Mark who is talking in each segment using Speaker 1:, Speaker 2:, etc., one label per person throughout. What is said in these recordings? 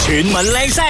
Speaker 1: 全民靚聲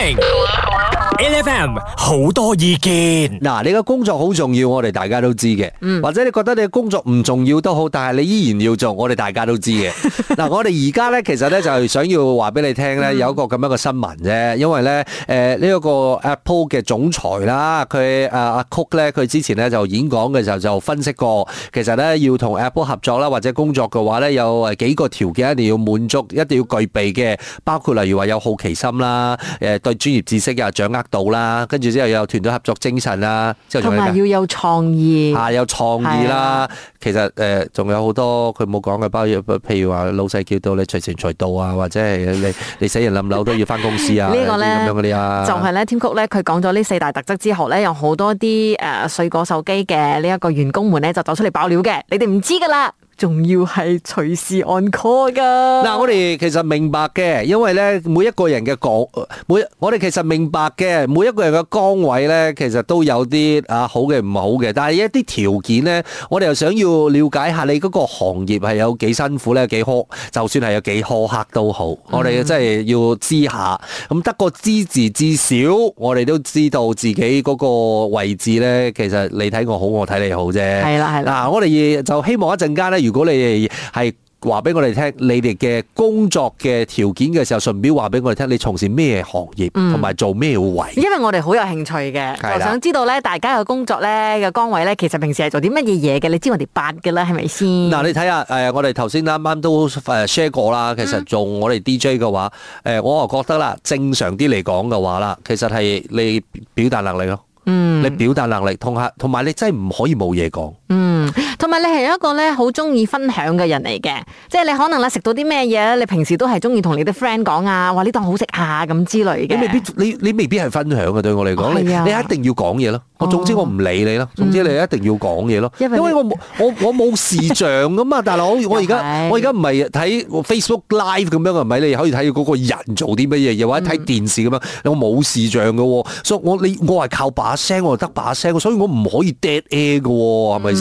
Speaker 1: ，LFM 好多意見。
Speaker 2: 嗱，你嘅工作好重要，我哋大家都知嘅。或者你覺得你嘅工作唔重要都好，但係你依然要做，我哋大家都知嘅。嗱，我哋而家咧，其實咧就係想要話俾你聽咧，有一個咁樣嘅新聞啫。因為咧，誒呢一個 Apple 嘅總裁啦，佢誒阿 Cook 咧，佢之前咧就演講嘅時候就分析過，其實咧要同 Apple 合作啦，或者工作嘅話咧，有誒幾個條件一定要滿足，一定要具備嘅，包括例如話有好奇心啦，誒對專業知識又掌握到啦，跟住之後又有團隊合作精神啦，之後仲
Speaker 3: 同
Speaker 2: 有咩
Speaker 3: 埋要有創意。
Speaker 2: 啊，有創意
Speaker 3: 係
Speaker 2: 啦
Speaker 3: 啊。
Speaker 2: 其實誒，仲、有好多佢冇講嘅，包括譬如話老細叫到你隨傳隨到啊，或者係你你死人冧樓都要翻公司啊，
Speaker 3: 呢個呢
Speaker 2: 啲咁樣嗰啲啊，
Speaker 3: 就係咧，添曲咧，佢講咗呢四大特質之後咧，有好多啲誒水果手機嘅呢一個員工們咧，就走出嚟爆料嘅，你哋唔知噶啦，仲要係隨時 on call 噶。
Speaker 2: 嗱，我哋其實明白嘅，因為咧每一個人嘅崗，每我哋其實明白嘅，每一個人嘅崗位咧，其實都有啲啊好嘅唔好嘅，但係一啲條件咧，我哋又想要了解下你嗰個行業係有幾辛苦咧，幾苛，就算係有幾苛刻都好，我哋
Speaker 3: 嗯
Speaker 2: 真係要知下。咁得個知字，至少我哋都知道自己嗰個位置咧，其實你睇我好，我睇你好啫。
Speaker 3: 係啦係啦。
Speaker 2: 啊嗱，我哋就希望一陣間咧，如果你哋係話俾我哋聽，你哋嘅工作嘅條件嘅時候，順便話俾我哋聽，你從事咩行業，同埋做咩位。
Speaker 3: 因為我哋好有興趣嘅，
Speaker 2: 係啦
Speaker 3: 就想知道咧，大家嘅工作咧嘅崗位咧，其實平時係做啲乜嘢嘢嘅？你知我哋八嘅啦，係咪先？
Speaker 2: 嗱，你睇下誒，我哋頭先啱啱都誒 share 過啦。其實做我哋 DJ 嘅話，誒，我又覺得啦，正常啲嚟講嘅話啦，其實係你表達能力咯，
Speaker 3: 嗯
Speaker 2: 你表達能力同下，同埋你真係唔可以冇嘢講。
Speaker 3: 嗯，同埋你係一個咧好中意分享嘅人嚟嘅，即係你可能咧食到啲咩嘢，你平時都係中意同你啲 friend 講啊，話呢檔好食啊咁之類
Speaker 2: 你
Speaker 3: 嘅。
Speaker 2: 未必你你未必係分享嘅，對我嚟講，你你
Speaker 3: 係啊哦嗯
Speaker 2: 一定要講嘢咯。我總之我唔理你咯，總之你一定要講嘢咯。因
Speaker 3: 因為你
Speaker 2: 為我冇我我冇視像噶 嘛，大佬，我而家
Speaker 3: 係
Speaker 2: 我而家唔係睇 Facebook Live 咁樣嘅，唔係你可以睇嗰個人做啲乜嘢，又或者
Speaker 3: 嗯
Speaker 2: 睇電視咁樣，我冇視像嘅喎，所以我你我係靠把聲，我係得把聲，所以我唔可以 dead air 嘅喎，係咪
Speaker 3: 嗯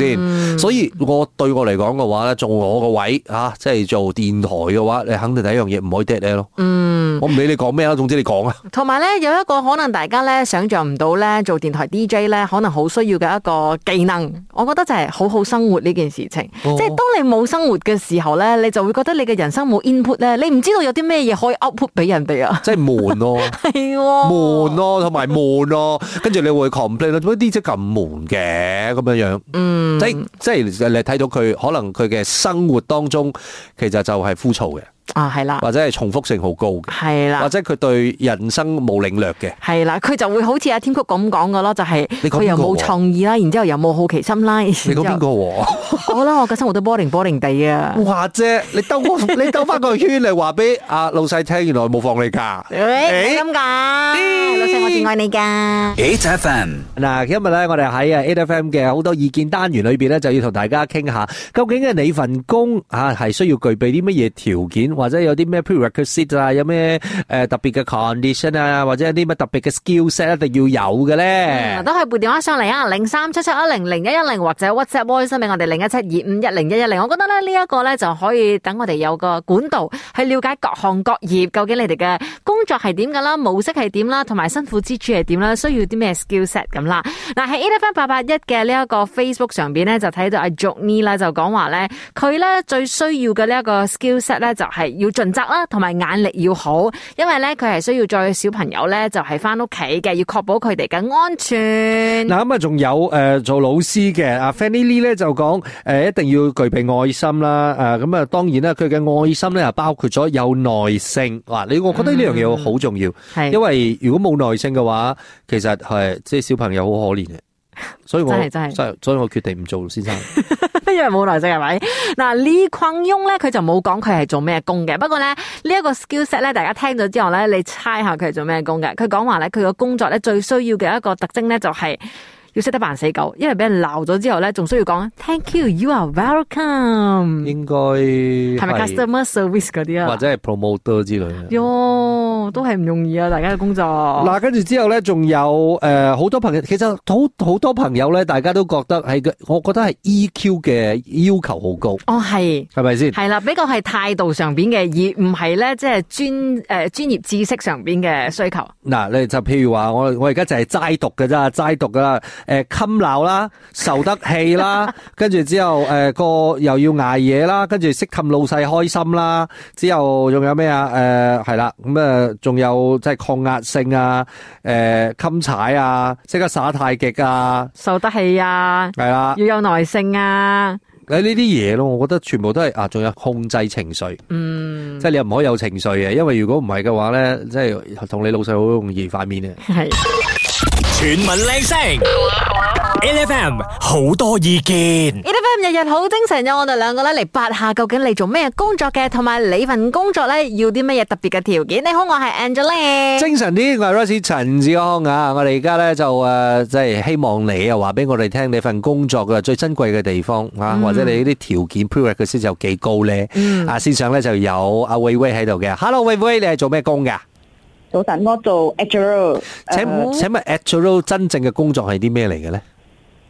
Speaker 2: 先？所以我對我嚟講嘅話咧，做我個位啊，即係做電台嘅話，你肯定第一樣嘢唔可以 dead air 咯。嗯，我唔理你講咩啦，總之你講啊。
Speaker 3: 同埋咧，有一個可能大家咧想象唔到咧，做電台 DJ 咧，可能好需要嘅一個技能。我覺得就係好好生活呢件事情。
Speaker 2: 哦
Speaker 3: 即係當你冇生活嘅時候咧，你就會覺得你嘅人生冇 input 咧，你唔知道有啲咩嘢可以 output 俾人哋啊。
Speaker 2: 即係悶咯，
Speaker 3: 係喎，
Speaker 2: 悶咯，同埋悶咯，跟住你會 complain 啦，點解 DJ 咁悶嘅咁樣樣？嗯，即係即係你睇到佢可能佢嘅生活當中其實就係枯燥嘅，
Speaker 3: 啊，係啦，
Speaker 2: 或者係重複性好高嘅，
Speaker 3: 係
Speaker 2: 或
Speaker 3: 啦。
Speaker 2: 者佢對人生冇領略嘅。
Speaker 3: 係啦，佢就會好似阿天曲咁講嘅咯，就係
Speaker 2: 你講邊個
Speaker 3: 佢又冇創意啦，然之後又冇好奇心啦，然
Speaker 2: 你
Speaker 3: 之
Speaker 2: 講邊
Speaker 3: 後
Speaker 2: 個喎？
Speaker 3: 我覺得我嘅生活都 boring boring 地 啊。
Speaker 2: 華姐，你兜個你兜翻個圈嚟話俾阿老細聽，原來冇放你假。
Speaker 3: 誒，咁噶，老細我至愛你噶。
Speaker 1: HFM
Speaker 2: 嗱，今日咧，我哋喺啊 A F M 嘅好多意見單元裏邊咧，就要同大家傾下，究竟嘅你份工啊係需要具備啲乜嘢條件，或者有啲咩 prerequisite 啊，有咩誒特別嘅 condition 啊，或者有啲乜特別嘅 skill set 一定要有嘅咧
Speaker 3: 嗯。都可以撥電話上嚟啊，零三七七一零零一一零或者 WhatsApp voice 啊俾我哋零一七二五一零一一零。我覺得咧呢一個咧就可以等我哋有個管道去了解各行各業究竟你哋嘅工作係點噶啦，模式係點啦，同埋辛苦之處係點啦，需要啲咩 skill set 咁啦。 嗱喺 A F M 八八一嘅呢一個 Facebook 上邊咧就睇到阿 Johnny 啦，就講話咧佢咧最需要嘅呢一個 skill set 咧就係要盡責啦，同埋眼力要好，因為咧佢係需要載小朋友咧就係翻屋企嘅，要確保佢哋嘅安全。
Speaker 2: 嗱咁啊，仲有誒、呃做老師嘅阿 Fanny Lee 咧就講誒、呃一定要具備愛心啦，誒咁啊當然啦，佢嘅愛心咧又包括咗有耐性，哇！你我覺得呢樣嘢好重要，
Speaker 3: 係
Speaker 2: 因為如果冇耐性嘅話，其實係即係小朋友好可憐嘅，所以我
Speaker 3: 真係真係
Speaker 2: 係所以我決定唔做先生。
Speaker 3: 因為冇耐性係咪？嗱，李坤庸咧佢就冇講佢係做咩工嘅，不過咧呢一個 skill set 咧，大家聽咗之後咧，你猜下佢係做咩工嘅？佢講話咧，佢個工作咧最需要嘅一個特徵咧就係、要識得扮死狗，因為俾人鬧咗之後咧，仲需要講 Thank you, you are welcome，
Speaker 2: 應該係
Speaker 3: 係咪 customer service 嗰啲啊？
Speaker 2: 或者係 promoter 之類嘅。
Speaker 3: 喲哦，都係唔容易啊！大家嘅工作
Speaker 2: 嗱，跟住之後咧，仲有诶好、多朋友，其實好好多朋友咧，大家都覺得係嘅，我覺得係 EQ 嘅要求好高，
Speaker 3: 哦係
Speaker 2: 係咪先？
Speaker 3: 係啦，比較係態度上邊嘅，而唔係咧即係專诶专业知識上邊嘅需求。
Speaker 2: 嗱，你就譬如話，我我而家就係齋讀嘅咋，齋讀噶啦，诶、襟鬧啦，受得氣啦，跟住之後诶、個又要捱夜啦，跟住識氹老細開心啦，之後仲有咩啊？诶係啦，咁啊仲有即係抗壓性啊，诶、襟踩啊，識得耍太極啊，
Speaker 3: 受得氣啊，
Speaker 2: 係啦，
Speaker 3: 要有耐性啊，
Speaker 2: 誒呢啲嘢咯，我覺得全部都係啊，仲有控制情緒，
Speaker 3: 嗯，
Speaker 2: 即係你又唔可以有情緒嘅，因為如果唔係嘅話咧，即係同你老細好容易反面嘅。 啊
Speaker 3: 係。
Speaker 1: 全民靚聲，L F M 好多意見。
Speaker 3: e d 日日好精神，有我哋兩個咧嚟八下，究竟你做咩工作嘅，同埋你份工作咧要啲乜嘢特別嘅條件？你好，我係 Angeline。
Speaker 2: 精神啲，我系 Rosie 陳志康啊！我哋而家咧就诶，即、係希望你啊，話俾我哋聽你份工作嘅最珍貴嘅地方啊，或者你呢啲條件 prerequisite 有幾高咧？啊，線上咧就有阿慧慧喺度嘅，Hello 慧慧，你係做咩工㗎？
Speaker 4: 早晨，我做 HR，
Speaker 2: 請
Speaker 4: 呃
Speaker 2: 請問 actual 真正嘅工作係啲咩嚟嘅咧？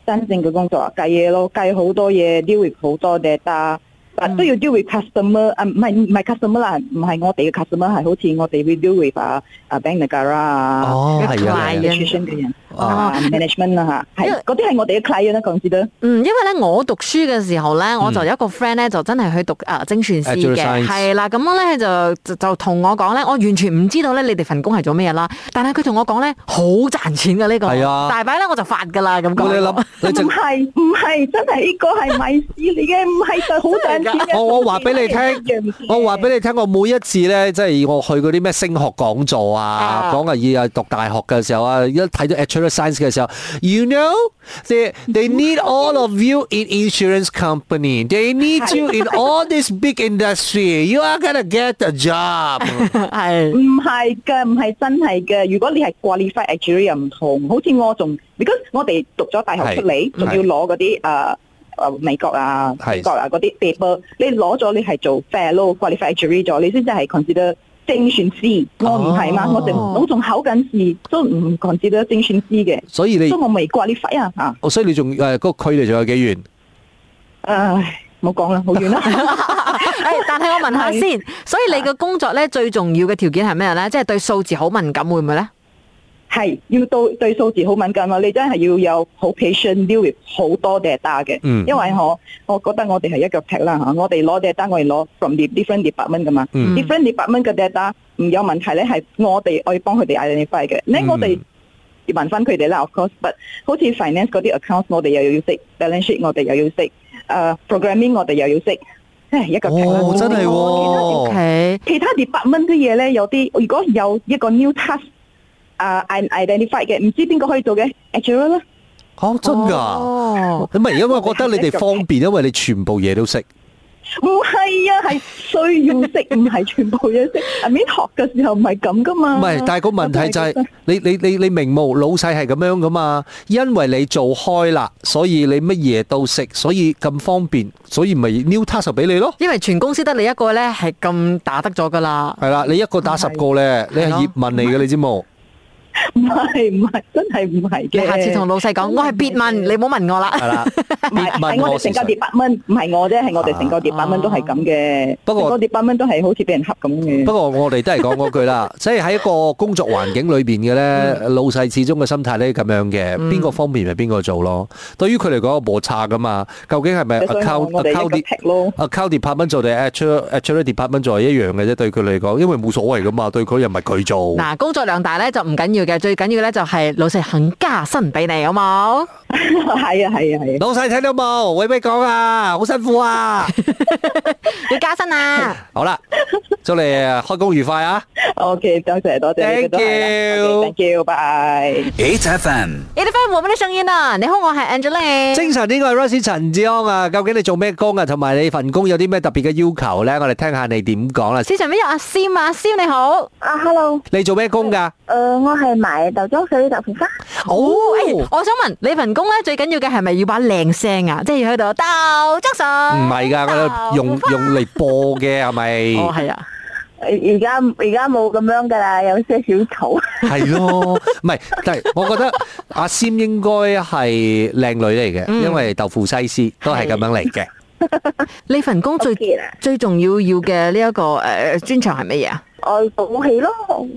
Speaker 4: 真正嘅工作啊，計嘢咯，計好多嘢，deal with 好多 data，但
Speaker 2: 嗯
Speaker 4: 都啊要 deal with customer，啊唔係唔係 customer 啦，唔係我哋嘅 customer，係好似我哋會 deal with 啊啊 bank negara 啊
Speaker 2: 哦，
Speaker 3: 一
Speaker 2: 係啊，
Speaker 3: client
Speaker 2: 係啊
Speaker 4: nutrition 嘅人
Speaker 2: 啊
Speaker 4: 啊 management 啦嚇，
Speaker 3: 因為
Speaker 4: 係嗰啲係我哋嘅 client 啦，講知得。
Speaker 3: 嗯，因為咧我讀書嘅時候咧，我就有一個 friend 咧就真係去讀啊精算師
Speaker 2: Actual
Speaker 3: 嘅，
Speaker 2: 嗯 science
Speaker 3: 係啦，咁樣咧就就就同我講咧，我完全唔知道咧你哋份工係做咩啦，但係佢同我講咧好賺錢嘅呢個，
Speaker 2: 係啊
Speaker 3: 大把咧我就發㗎啦咁
Speaker 2: 我你
Speaker 3: 講
Speaker 2: 諗，你
Speaker 4: 唔
Speaker 2: 淨
Speaker 4: 係唔係，真係呢個係米屎嚟嘅，唔係就好 賺錢嘅。
Speaker 2: 我我話俾你聽，我話俾你聽，我每一次咧，即係我去嗰啲咩升學講座啊
Speaker 3: 啊，
Speaker 2: 講啊以啊讀大學嘅時候啊，一睇到 actual science 嘅時候，you know they they need all of you in insurance company, they need you in all this big industry, you are gonna get a job。
Speaker 3: 係。
Speaker 4: 唔係嘅，唔係真係嘅。如果你係 qualified actually 又唔同，好似我仲，because 我哋讀咗大學出
Speaker 2: 係
Speaker 4: 嚟，仲要攞嗰啲誒誒美國啊、
Speaker 2: 係
Speaker 4: 美國啊嗰啲 paper，你攞咗你係做 fellow qualified actually 咗，你先至係 consider 精算師。我唔係嘛，
Speaker 2: 哦
Speaker 4: 我仲我仲考緊試，都唔 consider 精算師嘅，
Speaker 2: 所以你
Speaker 4: 所以，我未 qualify 啊嚇。
Speaker 2: 所以你仲誒個距離仲有幾遠？
Speaker 4: 唉，冇講啦，好遠啦。
Speaker 3: 诶，但係我問下先，所以你嘅工作咧最重要嘅條件係咩咧？即係對數字好敏感會唔會咧？
Speaker 4: 係要到對數字好敏感啊咯，你真係要有好 patient deal with 好多 data 嘅。
Speaker 2: 嗯
Speaker 4: 因為我我覺得我哋係一腳踢啦嚇，我哋攞 data 我哋攞 from the different department 噶嘛、
Speaker 2: 嗯
Speaker 4: d i f f e r e n t department 嘅 data 唔有問題咧，係我哋我要幫佢哋 identify 嘅。咧、
Speaker 2: 嗯
Speaker 4: 我哋要問翻佢哋啦，of course，but 好似 finance 嗰啲 account 我哋又要識，balance sheet 我哋又要識，誒、programming 呃我哋又要識，唉一腳踢啦。
Speaker 2: 哦，真係
Speaker 3: ？O
Speaker 2: 喎，
Speaker 3: K，
Speaker 4: 其他 department 嘅嘢咧，有啲如果有一個 new task 啊、i identify 嘅，唔知邊個可以做嘅 a c t u a l 啦。
Speaker 2: 嚇真㗎？
Speaker 3: 哦，
Speaker 2: 咁咪因為我覺得你哋方便，因為你全部嘢都識。
Speaker 4: 唔係啊，係需要 識，唔係全部嘢識。阿 m 學嘅時候唔係咁噶嘛。
Speaker 2: 唔係，但係個問題就係、
Speaker 4: 我真係覺
Speaker 2: 你你你你明目老細係咁樣噶嘛？因為你做開啦，所以你乜嘢都識，所以咁方便，所以咪 new task 就俾你咯。
Speaker 4: 哦
Speaker 3: 因為全公司得你一個咧係咁打得咗噶啦。
Speaker 2: 係啦，你一個打十個咧，你係葉問嚟嘅，你知冇？
Speaker 4: 得唔係唔係，真係唔係
Speaker 3: 你
Speaker 4: 嘅。
Speaker 3: 下次同老細講，我係別問，你唔好問我啦。
Speaker 2: 係啦，
Speaker 4: 唔係
Speaker 2: 葉
Speaker 4: 係
Speaker 2: 問
Speaker 4: 我
Speaker 2: 我
Speaker 4: 哋
Speaker 2: 先
Speaker 4: 成個
Speaker 2: 生。
Speaker 4: department，唔係我啫，係我哋成個
Speaker 2: 啊
Speaker 4: department 都係咁嘅。
Speaker 2: 不過
Speaker 4: 成個 department 都係好似俾人恰咁嘅
Speaker 2: 不。過我哋都係講嗰句 啦，即係喺一個工作環境裏邊嘅咧，老細始終嘅心態咧咁樣嘅，邊個方便咪邊個做咯。對於佢嚟講，摩擦噶嘛，究竟係咪
Speaker 4: 所以
Speaker 2: account
Speaker 4: 我哋一
Speaker 2: account
Speaker 4: 個
Speaker 2: di-
Speaker 4: tag 咯。
Speaker 2: account department 做定 actual actual department 做係一樣嘅啫，對佢嚟講，因為冇所謂噶嘛，對佢又唔係佢做。
Speaker 3: 嗱，工作量大咧就唔緊要嘅，最緊要咧就係老細肯加薪俾你，好冇？
Speaker 4: 係啊係啊係啊。
Speaker 2: 老細睇到冇？喂喂講啊，好辛苦 啊！
Speaker 3: 要加薪啊！
Speaker 2: 好啦，祝你啊開工愉快啊！
Speaker 4: OK，多謝多謝，你嘅都係
Speaker 2: Thank you
Speaker 4: 啦。OK，Thank you，bye。
Speaker 1: H F M
Speaker 3: e d f 冇乜啲聲音啊！你好，我係 Angeline。
Speaker 2: 精神呢個係 Rosie 陳志安啊，究竟你做咩工啊？同埋你份工有啲咩特別嘅要求咧？我哋聽下你點講啦。
Speaker 3: 市場邊有阿 Sam 啊，Sam 你好。
Speaker 5: 啊，hello，
Speaker 2: 你做咩工㗎？
Speaker 5: 诶、我係賣豆漿水豆腐花，
Speaker 2: 哦，
Speaker 3: 哎
Speaker 2: 唔
Speaker 3: 我想問你份工咧最緊要嘅係咪要把靚聲啊？即係要喺度鬥爭上。
Speaker 2: 係㗎，我哋用用嚟播嘅係咪？
Speaker 3: 哦，係啊，
Speaker 5: 而家而家冇咁樣㗎啦，有些少嘈。
Speaker 2: 係咯，唔係，但係我覺得阿 Sam 應該係靚女嚟嘅，
Speaker 3: 嗯
Speaker 2: 因為豆腐西施都係咁樣嚟嘅。
Speaker 3: 呢份工最
Speaker 5: OK 啦
Speaker 3: 最重要要嘅呢一個诶专长係乜嘢啊？
Speaker 5: 我早起咯，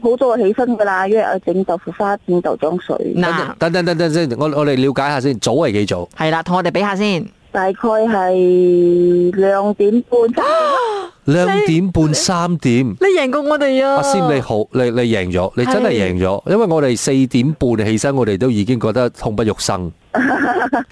Speaker 5: 好早就起身㗎啦，因為我整豆腐花、整豆漿水，
Speaker 3: 嗱，
Speaker 2: 等等等等先，我我哋了解下先，早係幾早？
Speaker 3: 係啦，同我哋比下先。
Speaker 5: 大概係兩點半三點咯。
Speaker 2: 兩點半三點。
Speaker 3: 你贏過我哋
Speaker 2: 阿
Speaker 3: 啊！
Speaker 2: Sam 你好，你你贏咗，你真係
Speaker 3: 係
Speaker 2: 贏咗，因為我哋四點半起身，我哋都已經覺得痛不欲 生。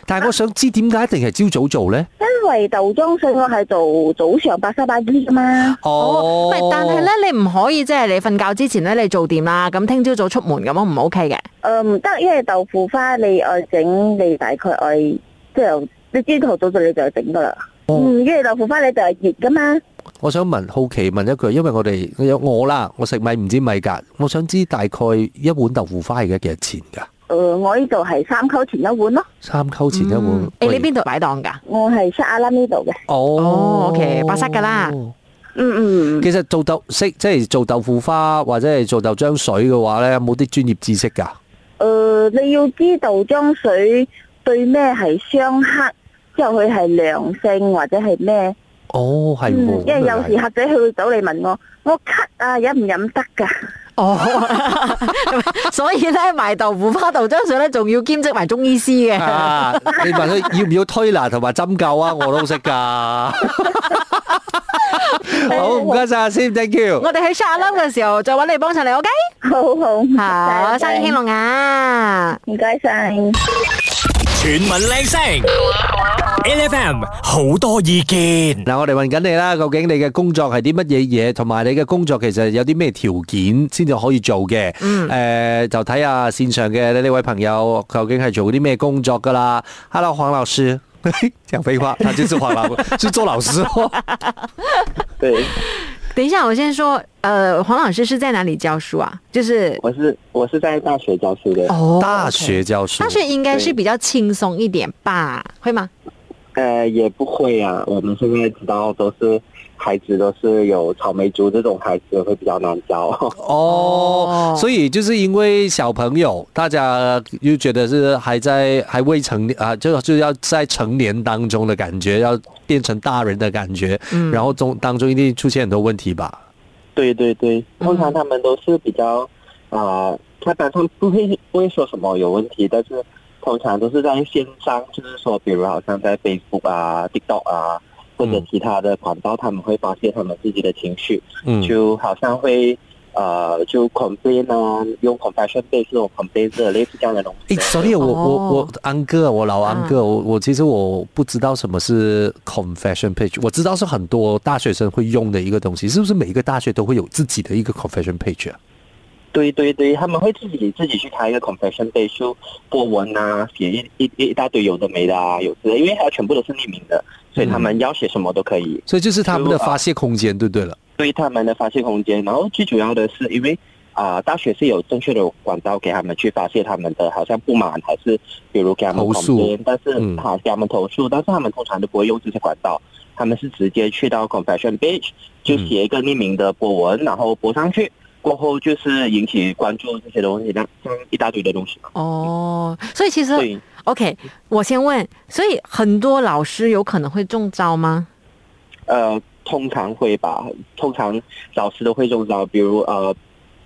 Speaker 2: 但係我想知點解一定係朝早做呢？
Speaker 5: 因為豆漿水我係做早上白沙白衣㗎嘛，
Speaker 3: 哦，喂但係咧，你唔可以即係你瞓覺之前咧，你做掂啦，咁聽朝早出門咁樣唔 OK 嘅。
Speaker 5: 诶、唔得，因為豆腐花你愛整，你大概愛即係你朝頭早做你就整㗎啦。嗯，因為豆腐花你就係熱㗎嘛。
Speaker 2: 我想問好奇問一句，因為我哋有我啦，我食米唔知米格，我想知大概一碗豆腐花而家幾多錢㗎？
Speaker 5: 诶、我呢度係三溝前一碗咯，
Speaker 2: 三溝錢一碗。
Speaker 3: 嗯
Speaker 2: 喂
Speaker 3: 誒，你邊度擺檔㗎？
Speaker 5: 我係沙阿拉呢度嘅。
Speaker 2: 哦
Speaker 3: 哦，OK，白塞㗎啦
Speaker 5: 嗯嗯，
Speaker 2: 其實做豆識即係做豆腐花或者係做豆漿水嘅話咧，有冇啲專業知識㗎？
Speaker 5: 诶、
Speaker 4: Ừ,
Speaker 5: 你要知道漿水對咩係相克，之後佢係良性或者係咩？
Speaker 2: 哦，係喎，
Speaker 5: 嗯
Speaker 4: Ừ,
Speaker 5: 因為有
Speaker 2: 原
Speaker 5: 時
Speaker 2: 來係
Speaker 5: 客仔佢會走嚟問我，我咳
Speaker 4: à,
Speaker 5: 啊，飲唔飲得㗎？
Speaker 3: 哦， 所以咧賣豆腐花、豆漿水咧，仲要兼職埋中醫師 嘅。
Speaker 2: 啊！你問佢要唔要推拿同埋針灸啊？我都識 㗎。 好，唔該晒阿 Sam thank you。
Speaker 3: 我哋喺沙冧嘅時候再揾你幫襯你，OK？
Speaker 5: 好好，
Speaker 3: 好，
Speaker 5: 唔該晒
Speaker 3: 生意興隆啊！
Speaker 5: 唔該晒。
Speaker 1: chuyển mình lên sóng, LFM, nhiều ý kiến,
Speaker 2: 嗱，我哋問緊你啦，究竟你嘅工作係啲乜嘢嘢，同埋你嘅工作其實有啲咩條件先至可以做嘅？
Speaker 3: 嗯
Speaker 2: 誒、就睇下線上嘅呢位朋友究竟係做啲咩工作噶啦。Hello，黃老師，講廢話，他就是黃老， 是做老師哦。
Speaker 6: 对，
Speaker 3: 等一下，我先說，呃，黃老師是在哪裡教書啊？就是
Speaker 6: 我是我是在大学教书的，
Speaker 3: 哦
Speaker 2: 大
Speaker 3: OK
Speaker 2: 學教授
Speaker 3: 大，學應該是比較輕鬆一點吧？會嗎？
Speaker 6: 呃，也不会啊。我们现在知道都是孩子都是有草莓族这种孩子会比较难教，
Speaker 2: 哦
Speaker 3: 哦，
Speaker 2: 所以就是因为小朋友，大家又觉得是还在还未成年啊，就就要在成年当中的感觉，要变成大人的感觉，
Speaker 3: 嗯
Speaker 2: 然后中当中一定出现很多问题吧。
Speaker 6: 对对对，通常他们都是比较啊、他本他们不会不会说什么有问题，但是通常都是在线上，就是说，比如好像在 Facebook 啊、TikTok 啊，或者
Speaker 2: 嗯
Speaker 6: 其他的管道，他们会发泄他们自己的情绪，
Speaker 2: 嗯，
Speaker 6: 就好像会。呃，就 complain 啊，用 compassion base 这种 complain 这类似这样的东西
Speaker 2: 诶，。所以我我
Speaker 3: 哦
Speaker 2: 我安哥，我老安
Speaker 3: 啊
Speaker 2: 哥，我我其实我不知道什么是 confession page，我知道是很多大学生会用的一个东西，是不是每一个大学都会有自己的一个 confession page 啊？
Speaker 6: 对对对，他们会自己自己去开一个 confession page，就博文啊，写一一一一大堆有的没的啊，有之类，因为它全部都是匿名的，所以他
Speaker 2: 嗯
Speaker 6: 们要写什么都可以。
Speaker 2: 所以就是他们的
Speaker 6: 就啊
Speaker 2: 发泄空间，对不对了？
Speaker 6: 对他们的发泄空间。然后最主要的是，因为啊、大学是有正确的管道给他们去发泄他们的，好像不满还是比如给他们
Speaker 2: 投诉
Speaker 6: complain，但是
Speaker 2: 嗯
Speaker 6: 好、给他们投诉，但是他们通常都不会用这些管道，他们是直接去到 confession page 就写一个匿名的博文，然后博上去。过后就是引起关注这些东西，那这样一大堆的东西嘛。
Speaker 3: 哦，所以其實
Speaker 6: 对，
Speaker 3: OK，我先問，所以很多老師有可能會中招嗎？
Speaker 6: 呃，通常会吧，通常老师都会中招，比如呃，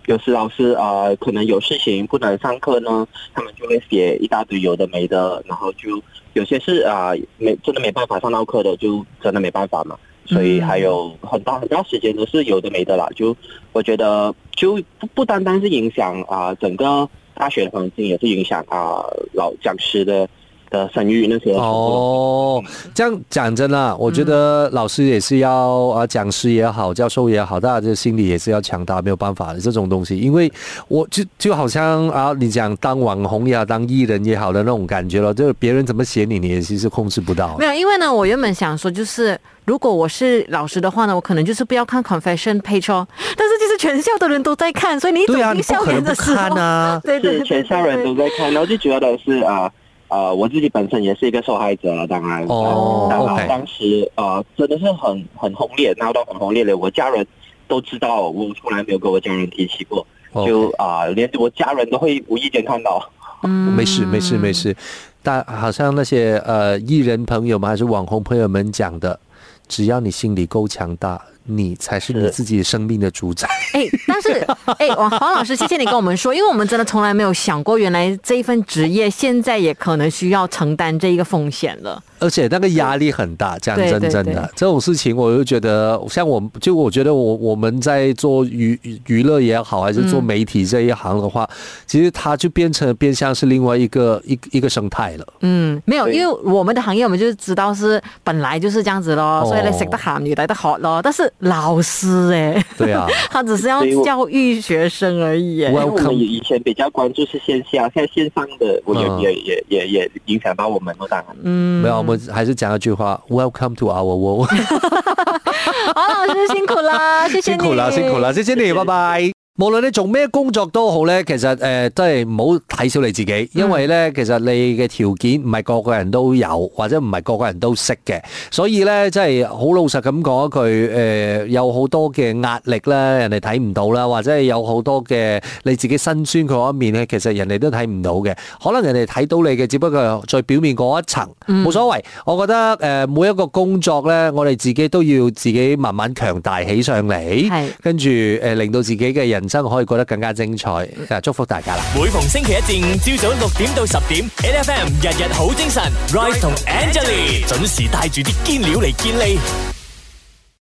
Speaker 6: 有时老师呃可能有事情不能上课呢，他们就会写一大堆有的没的，然后就有些是啊、呃没真的没办法上到课的，就真的没办法嘛。所以
Speaker 3: 嗯
Speaker 6: 还有很大很大时间都是有的没的啦，就我觉得就不不单单是影响啊、整个大学的环境，也是影响啊、老讲师的的声誉那些。
Speaker 2: 哦，
Speaker 3: 嗯
Speaker 2: 这样讲真啦，我觉得老师也是要啊，讲师也好，教授也好，大家的心理也是要强大，没有办法的这种东西。因为我就就好像啊，你讲当网红也好，当艺人也好的那种感觉了，就是别人怎么写你，你也其实控制不到
Speaker 3: 没。有，因为呢，我原本想说，就是如果我是老师的话呢，我可能就是不要看 confession page 哦。但是就是全校的人都在看，所以你走
Speaker 2: 对啊，
Speaker 3: 进
Speaker 2: 你不
Speaker 3: 校
Speaker 2: 可能
Speaker 3: 园
Speaker 2: 不
Speaker 3: 的哦时
Speaker 2: 看
Speaker 3: 候，
Speaker 2: 啊。
Speaker 3: 对对
Speaker 6: 是
Speaker 3: 对，
Speaker 6: 全校人都在看，然后最主要的是啊呃我自己本身也是一个受害者了，当然，
Speaker 2: 哦
Speaker 6: 当然呃
Speaker 2: OK
Speaker 6: 当时呃真的是很很轰烈，闹到很轰烈的，我家人都知道，我从来没有跟我家人提起过，
Speaker 2: 哦
Speaker 6: 就啊、连我家人都会无意间看到。
Speaker 3: 嗯
Speaker 2: 没事，没事，没。事。但好像那些呃艺人朋友们还是网红朋友们讲的，只要你心里够强大，你才是你
Speaker 6: 是
Speaker 2: 自己生命的主宰。
Speaker 3: 哎，但是哎，王黄老师，谢谢你跟我们说，因为我们真的从来没有想过，原来这一份职业现在也可能需要承担这一个风险了。
Speaker 2: 而且那个压力很大，讲
Speaker 3: 对
Speaker 2: 真
Speaker 3: 对
Speaker 2: 真
Speaker 3: 对
Speaker 2: 的，这种事情我就觉得，像我就我觉得我我们在做娱娱娱乐也好，还是
Speaker 3: 嗯
Speaker 2: 做媒体这一行的话，其实它就变成变相是另外一个一一个生态了。
Speaker 3: 嗯，没有，
Speaker 6: 对
Speaker 3: 因为我们的行业我们就知道是本来就是这样子咯，
Speaker 2: 哦
Speaker 3: 所以你食得鹹魚抵得渴咯。但是老师哎，
Speaker 2: 对啊，
Speaker 3: 他只是要
Speaker 6: 所以我
Speaker 3: 教育学生而已哎。
Speaker 6: 因为我
Speaker 2: Welcome
Speaker 6: 们以前比较关注是线下，现在线上的我也、
Speaker 2: 嗯
Speaker 6: 也也也也影响到我们咯，当然。
Speaker 3: 嗯
Speaker 2: 没有，我们还是讲一句话，Welcome to our world，
Speaker 3: 黄老师辛苦啦，谢谢
Speaker 2: 辛
Speaker 3: 你，
Speaker 2: 苦啦，辛苦啦，謝謝你，拜拜。無論你做咩工作都好咧，其實誒、呃都係唔好睇小你自己，因為咧其實你嘅條件唔係個個人都有，或者唔係個個人都識嘅，所以咧真係好老實咁講一句，誒、有好多嘅壓力啦，人哋睇唔到啦，或者係有好多嘅你自己辛酸嗰一面咧，其實人哋都睇唔到嘅，可能人哋睇到你嘅，只不過係最表面嗰一層，冇、所謂。我覺得誒、呃每一個工作咧，我哋自己都要自己慢慢強大起上嚟
Speaker 3: 係。
Speaker 2: 跟住誒令到自己嘅人生可以過得更加精彩。啊，祝福大家啦！
Speaker 1: 每逢星期一至五朝早六點到十點，N F M 日日好精神，Rise 同 Angelie 準時帶住啲堅料嚟健利。